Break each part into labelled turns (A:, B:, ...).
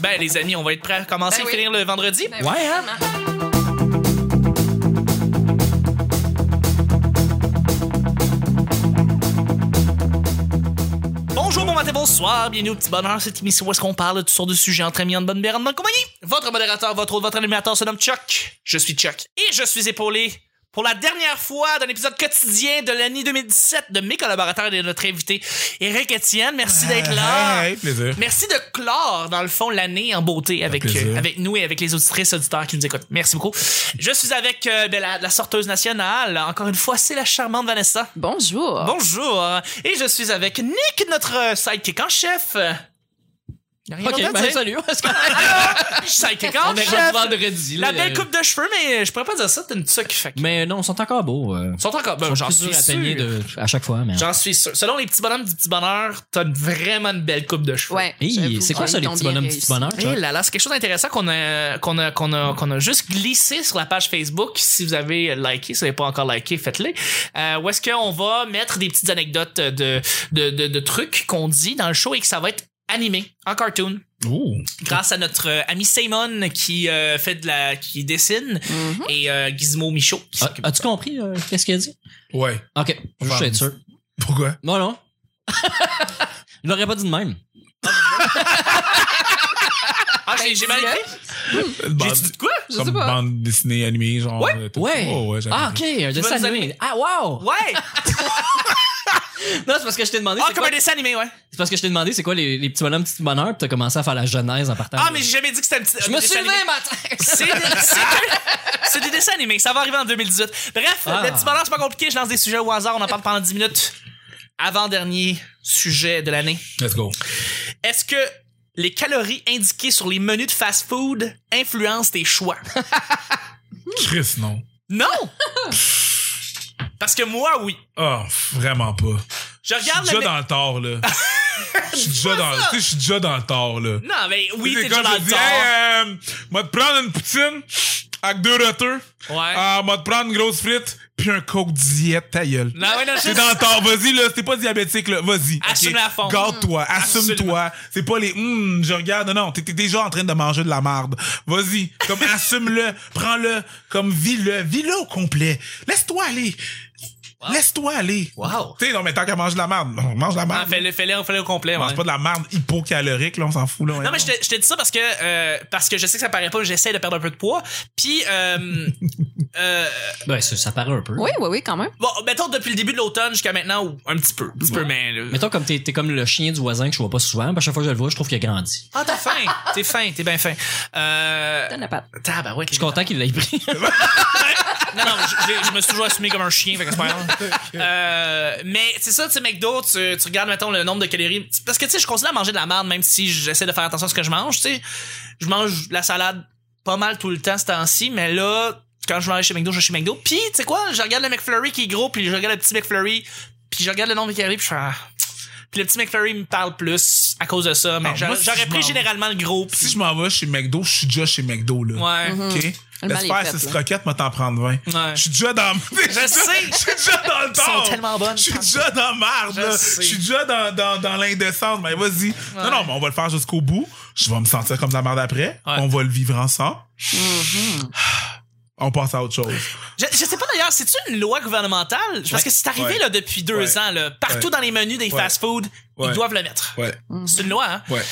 A: Ben, les amis, on va être prêts à commencer
B: Ben
A: et
B: oui.
A: finir le vendredi.
B: Ben oui,
C: Ouais, hein?
B: vraiment.
A: Bonjour, bon matin, bonsoir, bienvenue au Petit Bonheur, cette émission où est-ce qu'on parle de toutes sortes de sujets entre amis, en bonne bière, en bonne compagnie. Votre modérateur, votre hôte, votre animateur se nomme Chuck. Je suis Chuck. Et je suis épaulé pour la dernière fois d'un épisode quotidien de l'année 2017 de mes collaborateurs et de notre invité, Eric Etienne. Merci d'être là.
C: Hey, plaisir.
A: Merci de clore, dans le fond, l'année en beauté avec,
C: plaisir.
A: euh, avec nous et avec les auditrices, auditeurs qui nous écoutent. Merci beaucoup. Je suis avec euh, ben, la, la sorteuse nationale. Encore une fois, c'est la charmante Vanessa.
B: Bonjour.
A: Bonjour. euh, Et je suis avec Nick, notre euh, sidekick en chef. Y a rien
D: Ok,
A: d'autre à
D: ben
A: dire.
D: salut. Est-ce qu'on
A: Sidekick en
D: on est rendu
A: Ah, chef.
D: vendredi?
A: La
D: là,
A: belle
D: euh,
A: coupe de cheveux, mais je pourrais pas dire ça, t'as une tuque. Fait que-
D: Mais non, ils sont encore beaux. euh,
A: Ils sont encore.
D: ils
A: Ben,
D: sont
A: j'en
D: plus
A: suis
D: durs à
A: sûr.
D: peigner de- à chaque fois, mais.
A: J'en suis sûr. Selon les petits bonhommes du petit bonheur, t'as une- vraiment une belle coupe de cheveux.
B: Ouais.
D: Hey,
B: j'avoue,
A: ah,
D: c'est quoi
B: ouais,
D: ça, les
B: ils ont
D: petits
B: bien
D: bonhommes,
B: réussi.
D: petits bonheurs?
A: Eh là là, c'est quelque chose d'intéressant qu'on a, qu'on a, qu'on a, qu'on a juste glissé sur la page Facebook. Si vous avez liké, si vous n'avez pas encore liké, faites-le. Euh, où est-ce qu'on va mettre des petites anecdotes de, de, de, de trucs qu'on dit dans le show et que ça va être animé en cartoon
C: Oh.
A: grâce à notre euh, ami Simon qui euh, fait de la qui dessine
B: Mhm.
A: et euh, Gizmo Michaud qui
D: Ah,
A: s'occupe
D: As-tu compris euh, qu'est-ce qu'il a dit?
C: Ouais.
D: Ok, je veux juste être sûr.
C: Pourquoi?
D: Non, non. Il l'aurait pas dit de même.
A: ah j'ai j'ai mal écrit j'ai
D: Ben,
C: Bande-
A: dit de quoi
B: Je sais
C: comme
B: pas.
C: bande dessinée animée, genre.
A: Ouais.
C: euh, tout-
D: Ouais.
C: Oh, ouais, j'avais-
D: ah, ok, un dessin
A: vas nous
D: animé.
A: animer.
D: Ah, wow!
A: ouais
D: Non, c'est parce que je t'ai demandé.
A: ah
D: c'est
A: comme
D: quoi-
A: un dessin animé ouais
D: C'est parce que je t'ai demandé c'est quoi les, les petits bonhommes, petits bonheurs, puis t'as commencé à faire la genèse en partant.
A: ah
D: de-
A: mais j'ai jamais dit que c'était un petit
D: Je
A: un
D: me
A: dessin
D: suis levé
A: animé.
D: matin!
A: C'est des, c'est que- c'est des dessins animés. Ça va arriver en 2018. Bref,
D: Ah.
A: le petit bonheur, c'est pas compliqué. Je lance des sujets au hasard. On en parle pendant 10 minutes. Avant-dernier sujet de l'année.
C: Let's go.
A: Est-ce que les calories indiquées sur les menus de fast-food influencent tes choix? Hmm.
C: Chris, non.
A: Non! Parce que moi, oui.
C: Ah, vraiment pas.
A: Je
C: Je
A: regarde
C: suis
A: le...
C: déjà dans le tort, là. Je suis déjà dans, tu sais, je suis déjà dans le tort, là.
A: Non, mais oui,
C: Tu sais,
A: t'es déjà
C: quand
A: dans
C: je
A: le
C: dis,
A: tort.
C: Hey, euh, moi te prendre une poutine avec deux roteux.
A: Ouais.
C: Ah, moi te prendre une grosse frite puis un coke diète, ta gueule.
A: Non, mais non, je-
C: T'es dans le tort, vas-y, là. T'es pas diabétique, là. Vas-y.
A: Assume
C: ok?
A: la Mm. fonte.
C: Garde-toi, assume-toi. C'est pas les, hum, je regarde. Non, non, t'es t'es déjà en train de manger de la marde. Vas-y. Comme, assume-le. Prends-le. Comme, vis-le. Vis-le au complet. Laisse-toi aller. Laisse-toi aller.
A: Wow.
C: Tu sais, non, mais tant qu'à manger de la marde, on mange de la
A: Ah,
C: marde.
A: fais-le, fais-le, fais-le au complet.
C: on mange
A: ouais.
C: pas de la marde hypocalorique, là. On s'en fout, là.
A: Non, mais je te, je te dis ça parce que, euh, parce que je sais que ça paraît pas, j'essaie de perdre un peu de poids. Puis, euh, euh,
D: Ben, ça, ça paraît un peu.
B: Oui, oui, oui, quand même.
A: bon, mettons depuis le début de l'automne jusqu'à maintenant, ou un petit peu. Un petit peu, mais. euh, là-
D: Mettons comme t'es t'es comme le chien du voisin que je vois pas souvent, puis à chaque fois que je le vois, je trouve qu'il a grandi.
A: Ah, t'es fin! t'es fin, t'es bien fin. Euh.
B: Donne la patte.
A: Ah, bah ouais,
D: Je suis content qu'il l'ait pris.
A: Non, non, je, je- je me suis toujours assumé comme un chien, fait que c'est pas grave. Euh, mais c'est ça, tu sais, McDo, tu, tu regardes, mettons, le nombre de calories. Parce que, tu sais, je continue à manger de la merde, même si j'essaie de faire attention à ce que je mange, tu sais. Je mange de la salade pas mal tout le temps ce temps-ci, mais là, quand je vais aller chez McDo, je vais chez McDo. Puis, tu sais quoi, je regarde le McFlurry qui est gros, puis je regarde le petit McFlurry, puis je regarde le nombre de calories, puis je fais... ah. Puis le petit McFlurry me parle plus à cause de ça, mais
C: Ah,
A: j'a-
C: moi, si
A: j'aurais
C: je
A: pris
C: mange-
A: généralement le gros. puis-
C: Si je m'en vais chez McDo, je suis déjà chez McDo, là.
A: Ouais.
C: OK?
B: Le
C: Laisse
B: Mm-hmm. mal est
C: faire
B: fait,
C: cette
B: là.
C: croquette, moi t'en prendre 20.
A: Ouais.
C: Je suis déjà dans. Je
A: sais.
C: Je suis déjà dans le
A: Elles
C: tort.
A: sont tellement bonnes.
C: Je suis déjà dans marde,
A: Je
C: là.
A: sais.
C: Je suis déjà dans, dans, dans l'indécence. Mais vas-y. Non, non, mais on va le faire jusqu'au bout. Je vais me sentir comme de la merde après. On va le vivre ensemble.
A: Mm-hmm.
C: On passe à autre chose.
A: Je, je sais pas d'ailleurs, c'est-tu une loi gouvernementale? Parce que c'est arrivé
C: Ouais.
A: là depuis deux
C: Ouais.
A: ans, là, partout
C: Ouais.
A: dans les menus des
C: Ouais.
A: fast-food, ils
C: Ouais.
A: doivent le mettre.
C: Ouais.
A: C'est une loi, hein?
C: Ouais.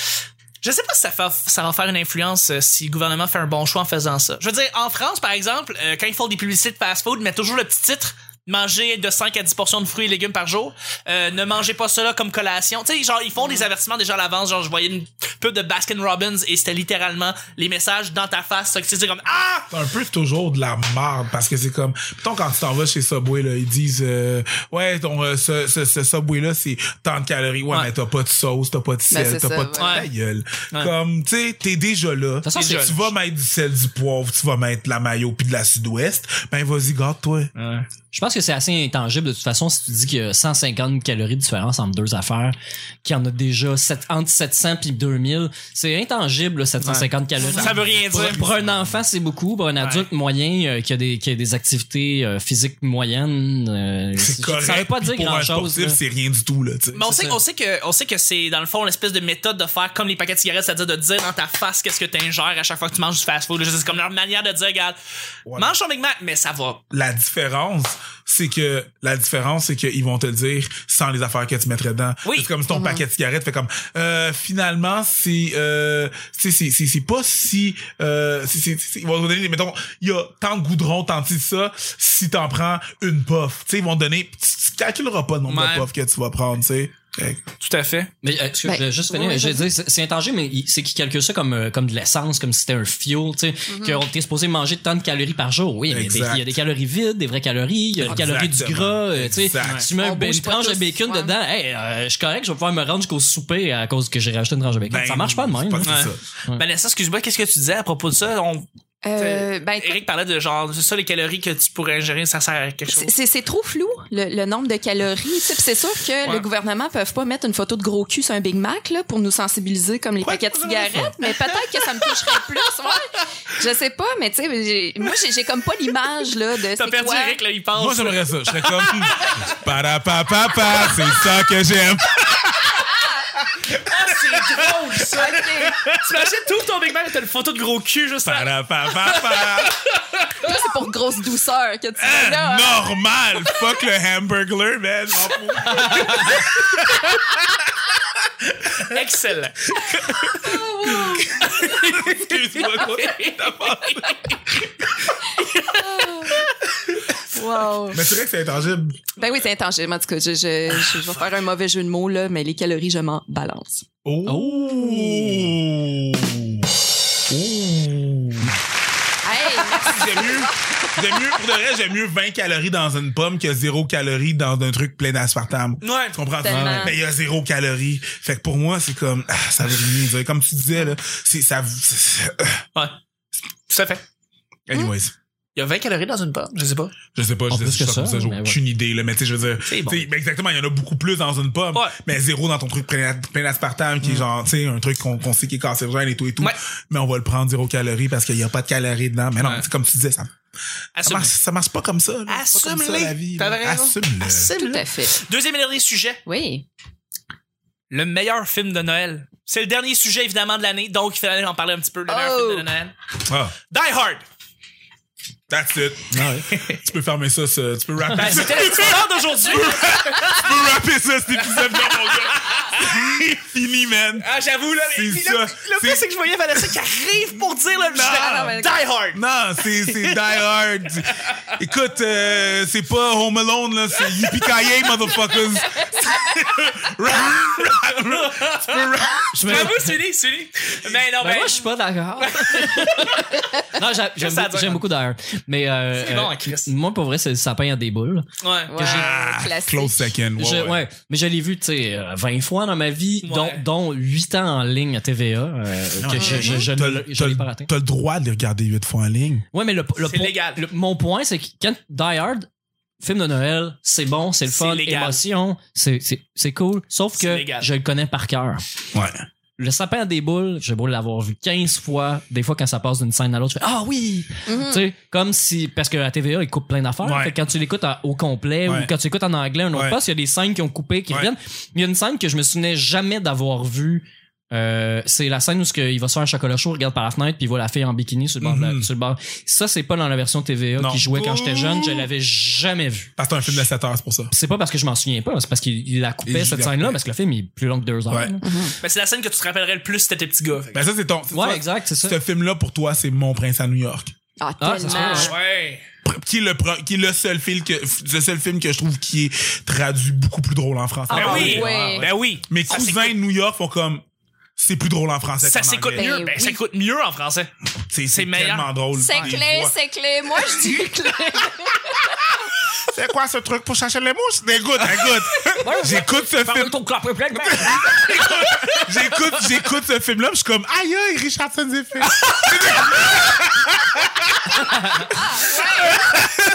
A: Je sais pas si ça, fait- ça va faire une influence euh, si le gouvernement fait un bon choix en faisant ça. Je veux dire, en France, par exemple, euh, quand ils font des publicités de fast-food, ils mettent toujours le petit titre manger de 5 à 10 portions de fruits et légumes par jour. Euh, ne mangez pas cela comme collation. Tu sais, genre, ils font des avertissements déjà à l'avance. Genre, je voyais une peu de Baskin-Robbins et c'était littéralement les messages dans ta face. Ça, que tu sais, comme, ah!
C: C'est un peu toujours de la marde parce que c'est comme mettons quand tu t'en vas chez Subway là ils disent euh, ouais ton euh, ce, ce, ce Subway là c'est tant de calories ouais,
A: Ouais. Ben,
C: mais t'as pas de sauce t'as pas de sel
B: c'est
C: t'as
B: ça,
C: pas de
A: ouais.
C: ta gueule
A: Ouais.
C: comme tu sais t'es déjà là
D: toute façon,
C: tu
D: c'est-
C: vas mettre du sel du poivre tu vas mettre de la mayo puis de la sud-ouest ben vas-y garde-toi
D: Je pense pense que c'est assez intangible de toute façon si tu dis qu'il y a 150 calories de différence entre deux affaires, qu'il y en a déjà sept- entre 700 puis 2000, c'est intangible là, 750 calories.
A: Ça veut rien
D: Pour,
A: dire.
D: pour un enfant, c'est beaucoup. Pour un adulte moyen euh, qui a des qui a des activités euh, physiques moyennes, euh,
C: C'est
D: ça
C: correct.
D: ça veut pas dire
C: puis pour un
D: grand chose.
C: sportif, c'est rien du tout, là, tu sais.
A: Mais on
D: C'est
A: sait,
D: ça.
A: on sait que, on sait que c'est, dans le fond, l'espèce de méthode de faire comme les paquets de cigarettes, c'est-à-dire de dire dans ta face qu'est-ce que t'ingères à chaque fois que tu manges du fast-food. là. Je sais, C'est comme leur manière de dire, regarde,
C: Ouais.
A: mange ton Big Mac, mais ça va.
C: La différence, c'est que, la différence, c'est qu'ils vont te le dire sans les affaires que tu mettrais dedans.
A: Oui.
C: C'est comme si ton paquet de cigarettes fait comme, euh, finalement, c'est, euh, tu sais, c'est, c'est, c'est pas si, euh, c'est, c'est, c'est- ils vont te donner, mettons, il y a tant de goudron, tant de ci, ça, si t'en prends une puff. Tu sais, ils vont te donner, tu, tu calculeras pas le nombre
A: Ouais.
C: de puffs que tu vas prendre, tu sais. Fait que-
A: Tout à fait.
D: Mais euh, excuse,
B: Ben,
D: je vais juste finir.
B: oui,
D: je veux
B: vas-y.
D: dire, c'est c'est intangible, mais il- c'est qu'ils calculent ça comme, euh, comme de l'essence, comme si c'était un fuel, tu sais,
B: Mhm.
D: qu'on était supposé manger tant de calories par jour. Oui, mais des-
C: Exact.
D: il y a des calories vides, des vraies calories, il y a des calories du
C: Exactement.
D: gras, euh, tu sais.
C: Exact.
D: Tu mets
B: On
D: un-
B: bouge
D: une
B: pas
D: tranche de
B: tous,
D: bacon
B: ouais.
D: dedans, hey, euh, je suis correct, je vais pouvoir me rendre jusqu'au souper à cause que j'ai rajouté une tranche de bacon.
C: Ben,
D: ça marche pas de même.
C: c'est
D: hein.
C: pas- c'est
A: Ouais. Vanessa, excuse-moi, qu'est-ce que tu disais à propos de ça? On,
B: Euh, ben, écoute,
A: Eric parlait de genre, c'est ça les calories que tu pourrais ingérer, ça sert à quelque chose.
B: c'est- c'est c'est trop flou, le, le nombre de calories. tu sais. Puis C'est sûr que
A: Ouais.
B: le gouvernement ne peut pas mettre une photo de gros cul sur un Big Mac là, pour nous sensibiliser comme les
C: Quoi?
B: paquets de cigarettes, mais peut-être que ça me toucherait plus. Ouais. Je sais pas, mais tu sais, j'ai- moi, j'ai- j'ai comme pas l'image là, de
A: T'as
B: c'est
A: perdu
B: quoi.
A: Eric, là, il pense.
C: Moi, j'aimerais ça. Je serais comme, parapapapa, c'est ça que j'aime.
A: Ah, c'est drôle, ça!
B: Ok.
A: T'imagines, tout ton Big Mac, t'as une photo de gros cul juste là.
C: Parapapapa.
B: Toi, c'est pour grosse douceur que tu
D: Ah,
B: fais là. hein.
C: Normal! Fuck le hamburger, man!
A: Excellent.
C: Excuse-moi, quoi.
B: Wow.
C: Mais c'est vrai que c'est intangible.
B: Ben oui, c'est intangible. En tout cas, je, je, je, je vais faire un mauvais jeu de mots, là, mais les calories, je m'en balance.
C: Oh! Oh!
B: Hey,
C: J'aime mieux, j'aime mieux, pour de vrai, j'aime mieux 20 calories dans une pomme que 0 calories dans un truc plein d'aspartame.
A: Ouais.
C: Tu comprends?
B: Tellement.
C: Mais il y a 0 calories. Fait que pour moi, c'est comme, ah, ça veut rien dire. Comme tu disais, là, c'est, ça, c'est- euh,
A: Ouais. Tout à fait.
C: anyways.
A: Il y a 20 calories dans une pomme, je sais pas.
C: Je sais pas, je
D: Hein? En
C: sais
D: plus que
C: ça, comme
D: ça,
C: ça, j'ai
D: mais ouais.
C: aucune idée, là, mais tu sais, je veux dire.
A: C'est bon.
C: tu sais, Mais exactement, il y en a beaucoup plus dans une pomme,
A: Ouais. Mm.
C: mais zéro dans ton truc plein plein d'aspartame, qui est genre, tu sais, un truc qu'on qu'on sait qui est cancérigène et tout et tout.
A: Ouais.
C: Mais on va le prendre zéro calorie parce qu'il y a pas de calories dedans. Mais non,
A: Ouais.
C: c'est comme tu disais, ça, ça,
A: Assume.
C: marche, ça marche pas comme ça. là. C'est pas comme ça, la vie,
A: Assume-les. T'avais
C: là.
A: raison.
C: Assume-le.
B: tout
A: Assume-le.
B: à fait.
A: Deuxième et dernier sujet.
B: Oui.
A: Le meilleur film de Noël. C'est le dernier sujet, évidemment, de l'année, donc il fallait en parler un petit peu. Le meilleur
B: Oh.
A: film de Noël.
C: Ah,
A: Die Hard.
C: that's it. tu peux fermer ça, ça. tu peux rapper
A: Ah Ben,
C: ça.
A: C'était l'histoire d'aujourd'hui.
C: tu peux rapper ça, cet épisode-là, mon gars. C'est fini, man.
A: Ah, j'avoue, là.
C: C'est
A: puis
C: ça.
A: Le, le pire,
C: C'est-
A: c'est que je voyais Vanessa qui arrive pour dire le
B: Ah, non, mais-
A: Die Hard.
C: Non, c'est c'est Die Hard. Écoute, euh, c'est pas Home Alone, là, c'est Yippee-Ki-Yay, motherfuckers.
D: Je me-
A: J'avoue, c'est lui, c'est lui. Mais non,
D: Ben,
A: mais.
D: moi, je suis pas d'accord. non, j'a- j'aime
A: Ça, ça
D: beaucoup-
A: donne-
D: j'aime beaucoup d'ailleurs. Mais euh,
A: C'est bon,
D: euh,
A: Chris.
D: moi, pour vrai, c'est le sapin à des boules.
A: Ouais.
B: Ouais, classique.
C: close second. Ah, Ouais,
D: Je-
C: ouais.
D: ouais, mais je l'ai vu, tu sais, euh, 20 fois dans ma vie, dont,
A: Ouais.
D: dont 8 ans en ligne à TVA, euh, que je, je, je,
C: T'as
D: ne
C: le-
D: l'ai- je
C: t'as
D: l'ai
C: le-
D: pas raté.
C: T'as le droit de les regarder huit fois en ligne.
D: Ouais, mais le, le
A: C'est
D: po-
A: légal.
D: le- mon point, c'est que quand Die Hard, film de Noël, c'est bon, c'est le
A: C'est
D: fun,
A: légal.
D: émotion, c'est- c'est c'est cool, sauf
A: C'est
D: que
A: légal.
D: je le connais par cœur.
C: Ouais.
D: Le sapin à des boules, j'ai beau l'avoir vu 15 fois, des fois quand ça passe d'une scène à l'autre, je fais « Ah oui!
B: Mhm.
D: Tu sais, comme si... Parce que la TVA, ils coupent plein d'affaires.
C: Hmm. Ouais.
D: Fait que quand tu l'écoutes à- au complet
C: Ouais.
D: ou quand tu écoutes en anglais un autre
C: Ouais.
D: poste, il y a des scènes qui ont coupé, qui
C: Ouais.
D: reviennent. Il y a une scène que je me souvenais jamais d'avoir vue. Euh, c'est la scène où ce que il va se faire un chocolat chaud, il regarde par la fenêtre, puis il voit la fille en bikini sur le bord. de la-
C: Mhm.
D: sur le bord. Ça, c'est pas dans la version TVA
C: Non.
D: qui jouait quand j'étais jeune. Je l'avais jamais vue.
C: Parce que c'est un film de 7 heures, c'est pour ça.
D: C'est pas parce que je m'en souviens pas, c'est parce qu'il il la coupait,
C: Il
D: cette
C: la
D: scène-là,
C: coupait.
D: parce que le film il est plus long que deux heures.
C: Ouais.
D: là.
A: Ben, c'est la scène que tu te rappellerais le plus si t'étais petit gars. fait que-
C: Ben ça, c'est ton... c'est-
D: Ouais,
C: toi,
D: exact, c'est ça.
C: Ce film-là, pour toi, c'est Mon Prince à New York.
B: Ah,
D: Ah, ça se
B: tellement.
D: fait,
A: Ouais.
C: Pr- Qui est le, pro- qui est le seul film que, le seul film que je trouve qui est traduit beaucoup plus drôle en français.
A: Ben
B: Ah,
A: oui.
B: ouais.
A: Ben oui.
C: Mes
A: Ça
C: cousins de
A: s'écoute-
C: New York font comme, c'est plus drôle en français
A: Ça
C: qu'en
A: s'écoute
C: anglais.
A: mieux.
B: Ben
A: Ben,
B: oui.
A: ça s'écoute mieux en français.
C: C'est c'est
A: meilleur.
C: tellement drôle.
B: C'est
C: Des
B: clair,
C: voix.
B: c'est clair. Moi, je dis clair.
C: C'est quoi ce truc pour chercher les mouches? Écoute, écoute. J'écoute ce film. J'écoute, j'écoute ce film-là, pis je suis comme, aïe, aïe, Richardson Zephyr.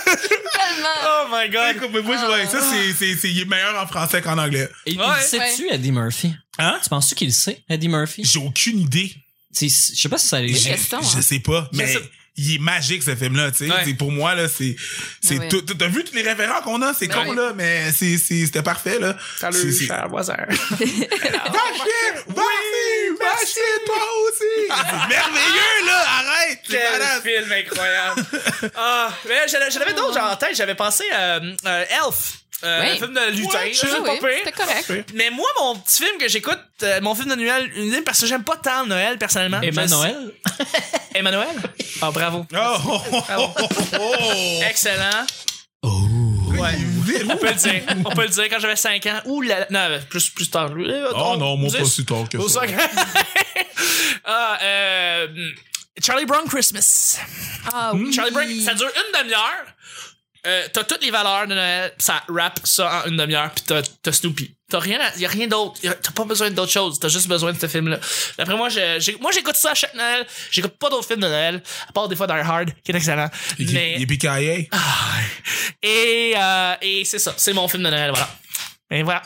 B: Tellement
A: Oh my god.
C: Écoute, mais moi, je vois, ça, c'est, c'est, c'est, il est meilleur en français qu'en anglais.
D: Et il
A: Ouais.
D: le sait-tu, Eddie Murphy?
C: Hein?
D: Tu penses-tu qu'il le sait, Eddie Murphy?
C: J'ai aucune idée.
D: Tu sais, Je sais pas si ça les
B: J'ai- question,
C: je
B: hein.
C: sais pas, mais
A: sais-
C: il est magique, ce film-là, tu sais.
A: Ouais.
C: C'est- Pour moi, là, c'est, c'est
B: Ah oui.
C: tout- tout- t'as vu tous les référents qu'on a, c'est
B: Ben
C: con,
B: oui.
C: là, mais c'est, c'est, c'était parfait, là. C'est- c'est-
B: Ah,
C: Va chier! Va chier! Va chier, toi aussi! Ah, C'est merveilleux, là! Arrête! c'est
A: Quel
C: malade.
A: film incroyable! ah, mais j'en j'en avais d'autres en tête. J'avais pensé euh, euh, Elf, euh,
B: Oui.
A: le film de lutin.
C: Ouais,
A: Je
B: Ah
A: sais
B: oui,
A: pas pire.
B: C'était correct.
A: Mais moi, mon petit film que j'écoute, euh, mon film de Noël, une parce que j'aime pas tant Noël personnellement.
D: Emmanuel?
A: Je- Emmanuel? Ah, bravo.
C: Oh, oh, oh, oh, oh, oh.
A: Excellent.
C: Ouais.
A: On peut le dire. On peut le dire. Quand j'avais 5 ans, ou la, non, plus, plus tard.
C: Oh non, moi, pas si tard que
A: Au
C: ça.
A: cinq. ah, euh, Charlie Brown Christmas. Hmm?
B: Ah oui.
A: Charlie Brown, ça dure une demi-heure. Euh, t'as toutes les valeurs de Noël, pis ça rap ça en une demi-heure, pis t'as, t'as Snoopy. T'as rien, à- y a rien d'autre. Y a- T'as pas besoin d'autre chose. T'as juste besoin de ce film-là. D'après moi, je- j'ai- moi, j'écoute ça à chaque Noël. J'écoute pas d'autres films de Noël, à part des fois Die Hard, qui est excellent.
C: Et qui-
A: Mais, ah,
C: Et puis Kaye.
A: et, euh, et c'est ça. C'est mon film de Noël, voilà. Et voilà.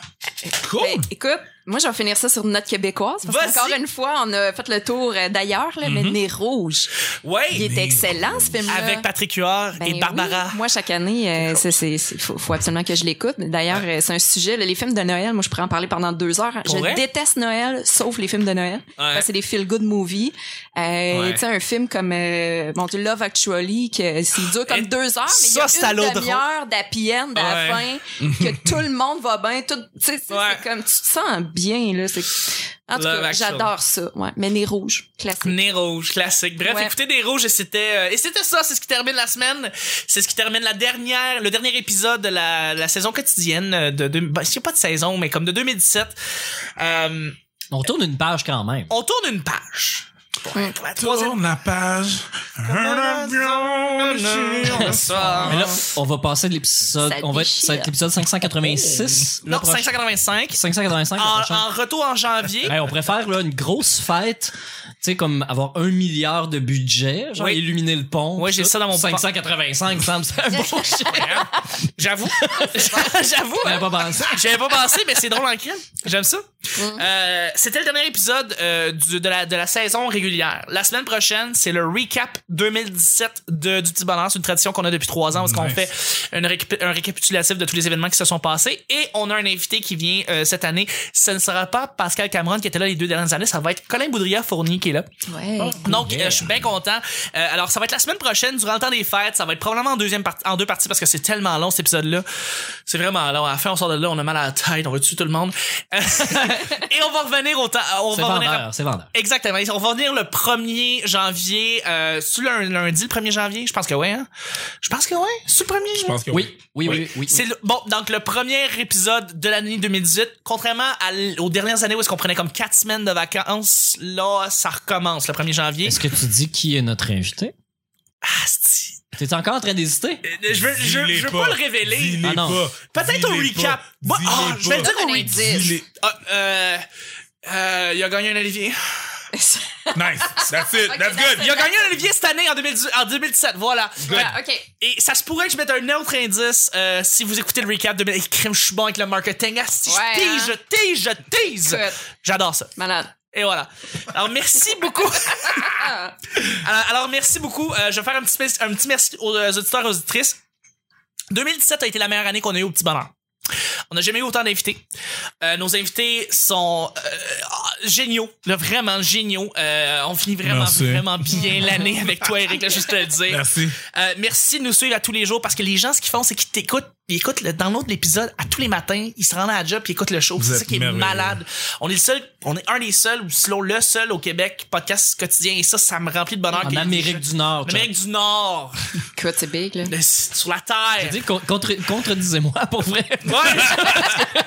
C: Cool!
B: Ben, écoute, moi, je vais finir ça sur une note québécoise.
A: Oh. Vas-y.
B: Parce qu'encore une fois, on a fait le tour euh, d'ailleurs, là, mais Nez Rouge. Il
A: Ouais.
B: est excellent, ce film-là.
A: Avec Patrick Huard
B: Ben
A: et Barbara.
B: oui. Moi, chaque année, euh, c'est- c'est- c'est- faut, faut absolument que je l'écoute. Mais D'ailleurs, euh, c'est un sujet. là, les films de Noël, moi, je pourrais en parler pendant deux heures.
A: Pour
B: je
A: vrai?
B: déteste Noël, sauf les films de Noël. Parce que c'est des feel-good movies. Euh,
A: Ouais.
B: Tu sais, un film comme euh, mon Dieu, Love Actually, que c'est dur comme
A: Et
B: deux heures, mais il y
A: ça, c'est à
B: a
A: l'eau
B: une
A: de
B: demi-heure d'happy end à la
A: Ouais.
B: fin, que tout le monde va bien. Tout, tu sais, c'est
A: Ouais.
B: comme tu te sens bien là. c'est- En tout
A: Love
B: cas,
A: Actually.
B: j'adore ça. Ouais, mais Nez Rouge, classique.
A: Nez rouge, classique. Bref,
B: Ouais.
A: écoutez des rouges et c'était euh, et c'était ça, c'est ce qui termine la semaine, c'est ce qui termine la dernière le dernier épisode de la, la saison quotidienne de, de ben, s'il y a pas de saison mais comme de 2017. Euh,
D: On tourne une page quand même.
A: on tourne une page. Pour, pour la troisième
C: Tourne la page. Un avion sur le
A: soir.
D: Mais là, on va passer de l'épisode.
B: Ah. Ça
D: On va être,
B: déchire. Oh.
D: ça va être l'épisode 586. le
A: Non, Ah,
D: prochain.
A: 585.
D: 585. le
A: En,
D: prochain.
A: en retour en janvier.
D: Hey, on préfère là, une grosse fête, tu sais, comme avoir un milliard de budget, genre
A: Oui.
D: illuminer le pont.
A: Oui, j'ai
D: tout.
A: ça dans mon
D: 585, ça me semble un bon chien.
A: J'avoue. J'avoue. hein.
D: J'avais pas pensé.
A: J'avais pas pensé, mais c'est drôle en crime. J'aime ça. Euh, C'était le dernier épisode euh, du- de, la, de la saison régulière. La semaine prochaine, c'est le recap 2017 de, du Petit Bonheur. C'est une tradition qu'on a depuis trois ans parce qu'on
C: Nice.
A: fait une récap- un récapitulatif de tous les événements qui se sont passés. Et on a un invité qui vient euh, cette année. Ce ne sera pas Pascal Cameron qui était là les deux dernières années. Ça va être Colin Boudria-Fournier qui est là.
B: Ouais.
A: Donc, euh, je suis bien content. Euh, alors, ça va être la semaine prochaine, durant le temps des fêtes. Ça va être probablement en, deuxième partie en deux parties parce que c'est tellement long, cet épisode-là. C'est vraiment long. À la fin, on sort de là, on a mal à la tête, on va tuer tout le monde. Et on va revenir au temps. On
D: C'est
A: va revenir à-
D: vendeur, c'est vendeur.
A: Exactement. On va revenir le 1er janvier. Euh, c'est un lundi, le 1er janvier? Je pense que oui, hein? Je pense que oui. C'est le 1er?
C: Je pense que
D: Oui, oui, oui, oui.
A: C'est le- bon, donc le premier épisode de l'année 2018, contrairement à l- aux dernières années où est-ce qu'on prenait comme quatre semaines de vacances, là, ça recommence le 1er janvier.
D: Est-ce que tu dis qui est notre invité?
A: Asti.
D: T'es encore en train d'hésiter?
A: Euh, Je veux, je,
C: Dis-les
A: je veux pas le révéler.
C: Dis-les
D: Ah non.
C: pas.
A: Peut-être au
C: Dis-les
A: recap.
C: pas.
A: Moi,
C: Dis-les
A: ah, je vais le
C: pas.
A: dire au
B: Donne un
A: recap.
B: indice.
C: Dis-les-
A: Ah, euh, euh, il a gagné un Olivier.
C: Nice. That's it.
B: Ok,
C: That's
B: that's
C: good.
A: Il a gagné un Olivier cette année en, 2010 en 2017. Voilà.
B: Ah, ok.
A: Et ça se pourrait que je mette un autre indice euh, si vous écoutez le recap de mes crème, je suis bon avec le marketing. Ah, si
B: Ouais, hein.
A: je tease, je tease, je tease.
B: Écoute.
A: J'adore ça.
B: Malade. Ah!
A: Et voilà. Alors, merci beaucoup. alors, alors, merci beaucoup. Euh, je vais faire un petit, spéc- un petit merci aux euh, auditeurs et aux auditrices. 2017 a été la meilleure année qu'on a eue au Petit Bonheur. On n'a jamais eu autant d'invités. Euh, nos invités sont euh, ah, géniaux, là, vraiment géniaux. Euh, on finit vraiment,
C: Merci.
A: vraiment bien l'année avec toi, Eric, là, juste te le dire.
C: Merci.
A: Euh, merci de nous suivre à tous les jours parce que les gens, ce qu'ils font, c'est qu'ils t'écoutent. Ils écoutent le download de l'épisode à tous les matins. Ils se rendent à la job puis ils écoutent le show.
C: Vous
A: C'est
C: êtes
A: ça qui est
C: merveilleux.
A: malade. On est le seul, on est un des seuls, ou sinon le seul au Québec, podcast quotidien. Et ça, ça me remplit de bonheur.
D: En
A: qu'il y ait
D: Amérique
A: des gens-
D: du Nord.
A: En Amérique du Nord.
B: Écoute, c'est big, là.
A: Le- sur la Terre.
D: Dis, con- contre- Contredisez-moi pour vrai.
A: Ouais.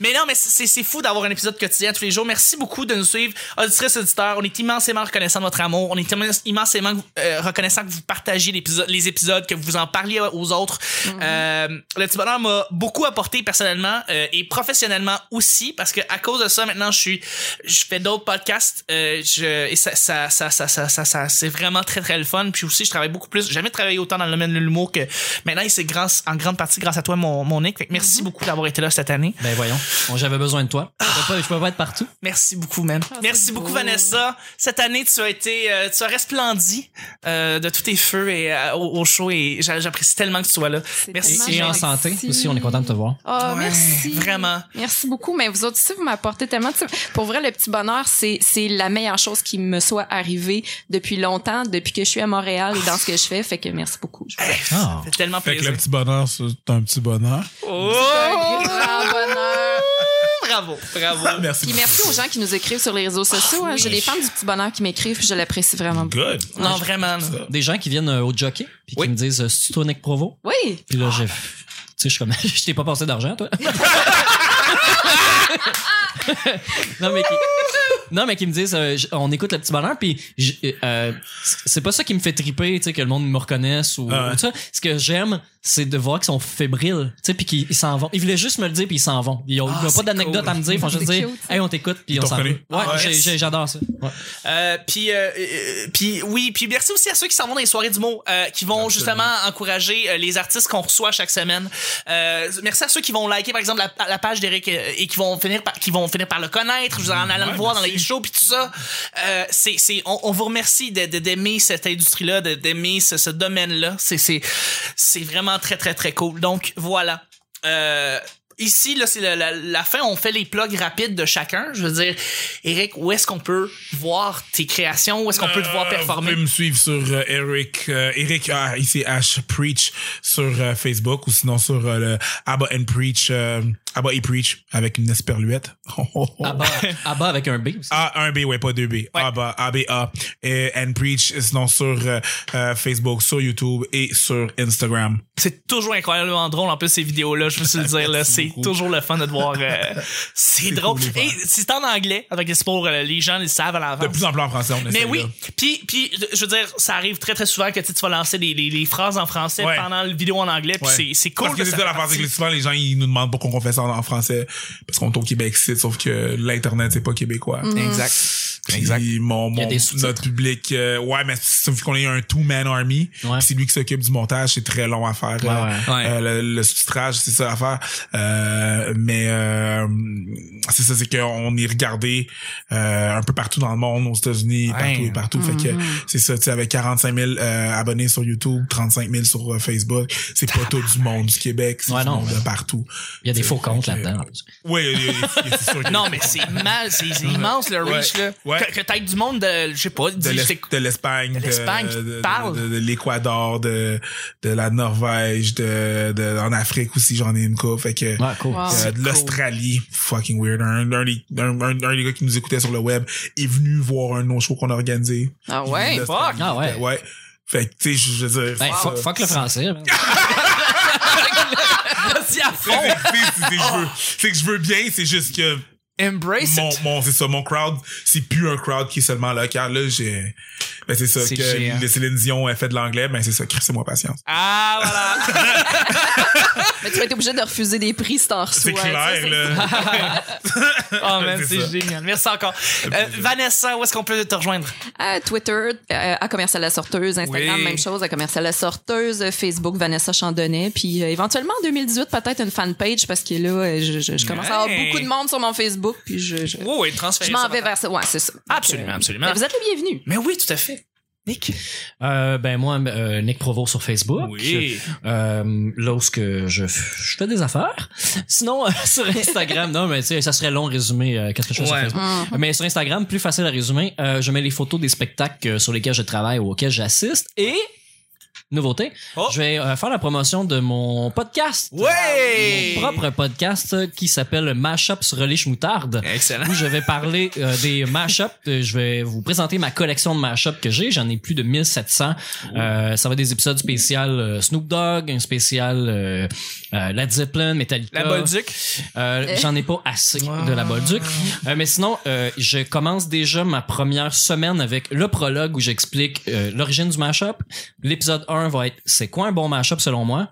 A: mais non, mais c'est c'est fou d'avoir un épisode quotidien tous les jours. Merci beaucoup de nous suivre, auditrices, auditeurs. On est immensément reconnaissant de votre amour. On est immen- immensément euh, reconnaissant que vous partagiez l'épisode- les épisodes, que vous en parliez aux autres. Euh, le petit bonheur m'a beaucoup apporté personnellement euh, et professionnellement aussi parce que à cause de ça maintenant je suis je fais d'autres podcasts euh, je et ça ça ça ça ça, ça, ça- c'est vraiment très très le fun puis aussi je travaille beaucoup plus J'ai jamais travaillé autant dans le domaine de l'humour que maintenant et c'est grâce en grande partie grâce à toi mon mon Nick Fait que merci beaucoup d'avoir été là cette année
D: Ben voyons, Bon, j'avais besoin de toi. Je peux pas, je peux pas être partout.
A: Merci beaucoup, man.
B: Ah,
A: Merci
B: c'est
A: beaucoup,
B: beau.
A: Vanessa. Cette année, tu as été, euh, tu as resplendi euh, de tous tes feux et euh, au, au show et j'a- j'apprécie tellement que tu sois là. Merci.
B: tellement
D: Et, et en
B: gentil.
D: santé aussi, on est content de te voir.
B: Ah,
A: Ouais,
B: merci.
A: Vraiment.
B: Merci beaucoup, mais vous autres aussi, vous m'apportez tellement. de- Pour vrai, le petit bonheur, c'est c'est la meilleure chose qui me soit arrivée depuis longtemps, depuis que je suis à Montréal et dans ce que je fais. Fait que merci beaucoup. Je vous
D: Ah.
A: C'est tellement
C: Fait que
A: plaisir.
C: le petit bonheur, c'est un petit bonheur.
A: Oh,
B: souhaite un grand bonheur.
A: bravo, bravo.
C: Merci.
B: Puis merci aux gens qui nous écrivent sur les réseaux sociaux. hein. J'ai des fans du petit bonheur qui m'écrivent, puis je l'apprécie vraiment beaucoup.
C: Good.
A: Non, vraiment. là.
D: Des gens qui viennent euh, au jockey puis
A: Oui.
D: qui me disent euh, C'est-tu toi, Nick Provo?
B: Oui.
D: Puis là, j'ai. Tu sais, je suis comme, je t'ai pas passé d'argent, toi. non, mais qui, non, mais qui me disent, euh, j- on écoute le petit bonheur, puis j- euh, c- c'est pas ça qui me fait triper, tu sais, que le monde me reconnaisse ou,
C: Ah ouais.
D: ou ça. Ce que j'aime, c'est de voir qu'ils sont fébriles, tu sais, puis qu'ils ils s'en vont. Ils voulaient juste me le dire, puis ils s'en vont. Ils ont,
A: Ah,
D: ils ont
A: c'est
D: pas d'anecdote
A: cool.
D: à me dire, ils font juste
B: C'est
D: dire,
B: cute, ça.
D: hey, on t'écoute, puis
C: Ils
D: on
C: t'ont
D: s'en va.
C: reconnu.
D: Ouais,
A: Ah,
D: j'ai-
A: yes.
D: j'ai- j'adore ça. Ouais.
A: Euh, puis, euh, euh, puis oui, puis merci aussi à ceux qui s'en vont dans les soirées du mot, euh, qui vont justement encourager euh, les artistes qu'on reçoit chaque semaine. Euh, merci à ceux qui vont liker par exemple la, la page d'Eric euh, et qui vont finir par, qui vont finir par le connaître, vous en allant
C: Ouais,
A: le voir dans
C: merci.
A: les shows puis tout ça. Euh, c'est c'est on, on vous remercie de- de- d'aimer cette industrie là, d'aimer ce, ce domaine là. C'est c'est c'est vraiment très très très cool. Donc voilà. Euh, Ici, là, c'est la, la- la fin. On fait les plugs rapides de chacun. Je veux dire, Eric, où est-ce qu'on peut voir tes créations? Où est-ce qu'on peut te voir
C: Euh,
A: performer?
C: Vous pouvez me suivre sur euh, Eric, euh, Eric ah, ici H Preach sur euh, Facebook ou sinon sur euh, le Abba and Preach, euh, Abba et Preach avec une esperluette. Oh, oh, oh.
D: Abba, Abba avec un B aussi.
C: Ah, 1B, ouais, pas 2B. ABBA, ABA et and Preach et sinon sur euh, euh, Facebook, sur YouTube et sur Instagram.
A: C'est toujours incroyablement drôle, en plus, ces vidéos-là. Je veux te le dire, là.
C: Merci
A: C'est
C: beaucoup.
A: toujours le fun de te voir. euh, c'est drôle.
C: cool de
A: Et
C: faire.
A: c'est en anglais. Avec les sports, euh, les gens, ils le savent à
C: De
A: l'avance.
C: plus en plus en français, on
A: Mais
C: essaie,
A: oui,
C: là.
A: puis, puis je veux dire, ça arrive très très souvent que tu sais, tu vas lancer des, des- des phrases en français
C: Ouais.
A: pendant la vidéo en anglais, puis
C: Ouais.
A: c'est- c'est cool.
C: Parce que
A: que
C: c'est
A: ça
C: ça
A: fait
C: la partie
A: partie.
C: que souvent les gens ils nous demandent pourquoi on fait ça en, en français parce qu'on est au Québec c'est sauf que l'internet c'est pas québécois.
A: Exact.
C: Puis
A: Exact.
C: Mon,
D: y a
C: mon-
D: des sous-titres.
C: notre public, euh, ouais, mais sauf qu'on est un two-man army.
D: Ouais.
C: Puis C'est lui qui s'occupe du montage, c'est très long à faire. euh,
D: ouais.
A: Ouais.
C: euh, le, le sous-titrage, c'est ça à faire. Euh, mais euh, c'est ça, c'est qu'on est regardé euh, un peu partout dans le monde, aux États-Unis, partout et partout. Fait que
A: Mm-hmm.
C: c'est ça, tu sais, avec 45 000 euh, abonnés sur YouTube, 35 000 sur euh, Facebook, c'est pas tout du monde du Québec, c'est
D: Ouais,
C: du
D: non,
C: monde
D: mais-
C: de partout.
D: Il y a des faux comptes
C: Fait que-
D: là-dedans. en plus.
C: Oui, il y a- il y a- il y a- c'est sûr qu'il y a
A: Non,
C: des
A: mais
C: faux comptes.
A: c'est mal, c'est c'est immense le reach,
C: Ouais.
A: là.
C: Ouais.
A: Que, que t'aies du monde de, je sais pas,
C: de
A: dis, je
C: l'Es-
A: t'écoute.
C: de l'Espagne,
A: de l'Espagne qui
C: de, de-
A: parle.
C: de- de l'Équador, de, de la Norvège, de, de en Afrique aussi j'en ai une coupe, fait que
A: Ah,
D: Ouais, cool.
B: Wow.
C: euh, de l'Australie, fucking weird. Un, un des- un- un- un des gars qui nous écoutait sur le web est venu voir un de nos shows qu'on a organisé.
B: Ah ouais.
C: L'Australie,
A: fuck.
D: Ah ouais.
C: Ouais. Fait que, tu sais, je veux dire.
D: Ben,
C: ça-
D: fuck, fuck le français. man.
A: Vas-y à
C: C'est-
A: fond.
C: c'est- c'est- c'est que je veux- C'est que je veux bien, c'est juste que
A: Embrace
C: mon,
A: it.
C: mon c'est ça mon crowd c'est plus un crowd qui est seulement local là j'ai ben c'est ça
A: C'est géant.
C: que le Céline Dion a fait de l'anglais ben c'est ça crissez moi patience
A: Ah, voilà.
B: Mais tu vas être obligé de refuser des prix si t'en reçois.
C: c'est
B: Ça,
C: clair
B: c'est-
C: là
A: Oh man,
C: C'est
A: c'est
C: ça.
A: génial. Merci encore. Euh, Vanessa, où est-ce qu'on peut te rejoindre?
B: À Twitter, euh, à Commercial La Sorteuse, Instagram,
A: Oui.
B: même chose, à Commercial La Sorteuse, euh, Facebook, Vanessa Chandonnet, puis euh, éventuellement en 2018, peut-être une fanpage, parce que là, euh, je, je- je commence à avoir
A: Hey.
B: beaucoup de monde sur mon Facebook, puis je, je,
A: Oh, et transfert.
B: je m'en vais vers ça. Ouais, c'est ça. Donc,
A: Absolument, absolument.
B: mais vous êtes les bienvenus.
A: Mais oui, tout à fait. Nick.
D: Euh, ben moi, euh, Nick Provo sur Facebook.
A: Oui.
D: Euh, là où ce que je, je fais des affaires. Sinon, euh, sur Instagram, non, mais tu sais, ça serait long résumer euh, qu'est-ce que je fais sur
A: Ouais.
D: Facebook. Mais sur Instagram, plus facile à résumer, euh, je mets les photos des spectacles euh, sur lesquels je travaille ou auxquels j'assiste. Et, nouveauté,
A: Oh.
D: je vais euh, faire la promotion de mon podcast.
A: Ouais!
D: Mon propre podcast euh, qui s'appelle Mashups Relish Moutarde.
A: Excellent.
D: où je vais parler euh, des mashups. Euh, Je vais vous présenter ma collection de mashups que j'ai. J'en ai plus de 1700. Euh, ça va être des épisodes spéciaux euh, Snoop Dogg, un spécial euh, euh, Led Zeppelin, Metallica.
A: La Bolduc.
D: Euh, J'en ai pas assez de la Bolduc. Euh, mais sinon, euh, je commence déjà ma première semaine avec le prologue où j'explique euh, l'origine du mashup. L'épisode 1 va être c'est quoi un bon mashup selon moi.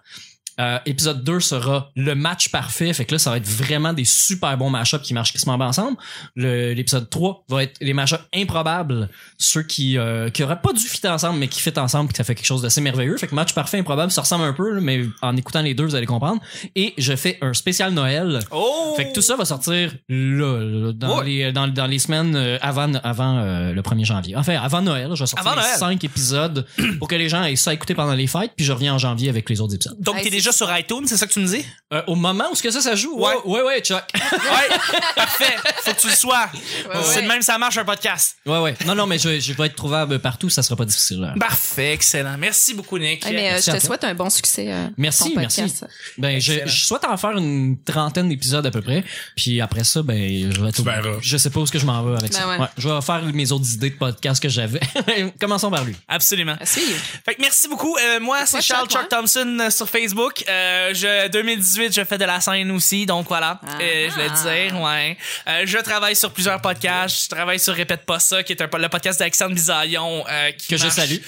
D: Euh, épisode 2 sera le match parfait. Fait que là, ça va être vraiment des super bons match-ups qui marchent quasiment bien ensemble. Le- L'épisode 3 va être les match-ups improbables. Ceux qui, euh, qui auraient pas dû fitter ensemble, mais qui fit ensemble, puis que ça fait quelque chose d'assez merveilleux. Fait que match parfait, improbable, ça ressemble un peu, là, mais en écoutant les deux, vous allez comprendre. Et je fais un spécial Noël.
A: Oh!
D: Fait que tout ça va sortir là, là, dans,
A: Ouais.
D: les, dans, dans les semaines euh, avant, avant euh, le 1er janvier. Enfin, avant Noël, je vais sortir
A: Avant
D: les
A: Noël.
D: cinq épisodes pour que les gens aient ça à écouter pendant les fêtes, puis je reviens en janvier avec les autres épisodes.
A: Donc,
B: Hey,
A: t'es
B: c'est-
A: déjà sur iTunes, c'est ça que tu me dis?
D: Euh, au moment où ce que ça, ça joue,
A: Ouais.
D: ouais, ouais, ouais, Chuck.
A: Ouais, parfait. Faut que tu le sois. c'est
B: ouais.
A: de même que ça marche un podcast.
D: Ouais, ouais. Non, non, mais je, je vais être trouvable partout, ça sera pas difficile. hein.
A: Parfait, excellent. Merci beaucoup, Nick.
B: Ouais, mais euh, je
D: Merci à
B: te
D: toi.
B: souhaite un bon succès. euh,
D: Merci,
B: ton podcast.
D: merci. Ben, je,
A: Excellent.
D: je souhaite en faire une trentaine d'épisodes à peu près, puis après ça, ben, je vais être.
C: verras.
D: Je sais pas où ce que je m'en vais avec
B: Ben
D: ça.
B: ouais.
D: je vais faire mes autres idées de podcast que j'avais. Commençons par lui.
A: Absolument.
B: À suivre.
A: Fait que merci beaucoup. Euh, moi, c'est
B: toi,
A: Charles
B: Chuck,
A: Chuck Thompson euh, sur Facebook. Euh, je, 2018, je fais de la scène aussi, donc voilà.
B: Ah.
A: Euh, je vais le dire, ouais. Euh, je travaille sur plusieurs podcasts. Je travaille sur Répète pas ça, qui est un, po- le podcast d'Alexandre Bisaillon. euh, qui
D: Que je
A: marche-
D: salue.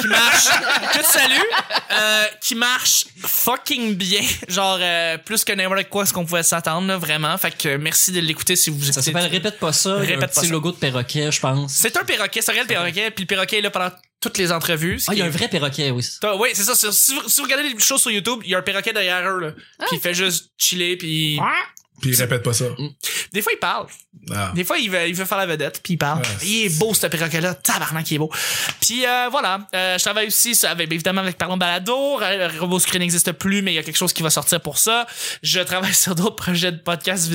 A: Qui marche. que tu salues. euh, qui marche fucking bien. Genre, euh, plus que n'importe quoi, ce qu'on pouvait s'attendre, là, vraiment. Fait que euh, merci de l'écouter si vous
D: Ça
A: écoutez-
D: s'appelle Répète pas ça.
A: Répète
D: Répète
A: pas
D: un petit
A: ça.
D: logo de perroquet, je pense.
A: C'est un perroquet, c'est un réel perroquet, puis le perroquet est là pendant toutes les entrevues. ce
D: Ah, il y a
A: qui
D: un
A: est-
D: vrai perroquet, oui.
A: T'as- Oui, c'est ça. sur- Si vous, si vous regardez les choses sur YouTube, il y a un perroquet derrière eux, là. Puis il fait juste chiller, puis...
C: Puis il répète pas ça.
A: Des fois, il parle.
C: Ah.
A: Des fois, il veut, il veut faire la vedette, puis il parle.
C: Ouais.
A: Il est beau, ce perroquet-là. Tabarnak, il est beau. Puis euh, voilà. Euh, je travaille aussi sur- avec, évidemment avec Parlons Balado. Euh, Le robot Screen n'existe plus, mais il y a quelque chose qui va sortir pour ça. Je travaille sur d'autres projets de podcasts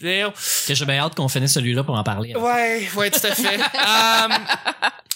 A: vidéo.
D: Que j'ai bien hâte qu'on finisse celui-là pour en parler.
A: Ouais, ouais, tout à fait. Euh,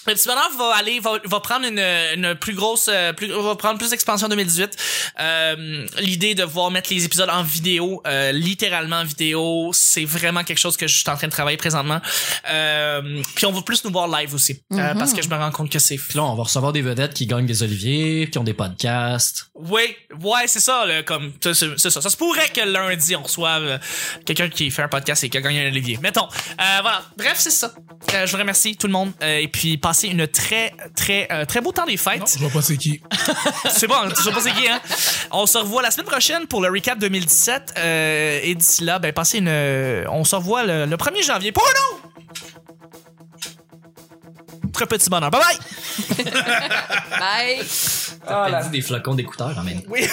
A: le petit bonheur va aller, va, va prendre une, une plus grosse, euh, plus, va prendre plus d'expansion en 2018. Euh, L'idée de voir mettre les épisodes en vidéo, euh, littéralement en vidéo, c'est vraiment quelque chose que je suis en train de travailler présentement. Euh, puis on va plus nous voir live aussi, euh,
B: Mhm.
A: parce que je me rends compte que c'est
D: Puis là, on va recevoir des vedettes qui gagnent des oliviers, qui ont des podcasts.
A: Oui, ouais, c'est ça, là, comme c'est c'est- c'est ça. Ça se pourrait que lundi on reçoive euh, quelqu'un qui fait un podcast et qui a gagné un olivier. Mettons. Euh, voilà. Bref, c'est ça. Euh, je vous remercie tout le monde euh, et puis passez une très très euh, très beau temps des
C: Non,
A: fêtes.
C: je vois pas c'est qui.
A: C'est bon, je sais pas c'est qui hein. On se revoit la semaine prochaine pour le recap 2017 euh, et d'ici là, ben passez une euh, on se revoit le, le 1er janvier. Pour non. Très petit bonheur. Bye bye.
B: Bye.
D: T'as dit des flocons d'écouteurs quand même.
A: Oui.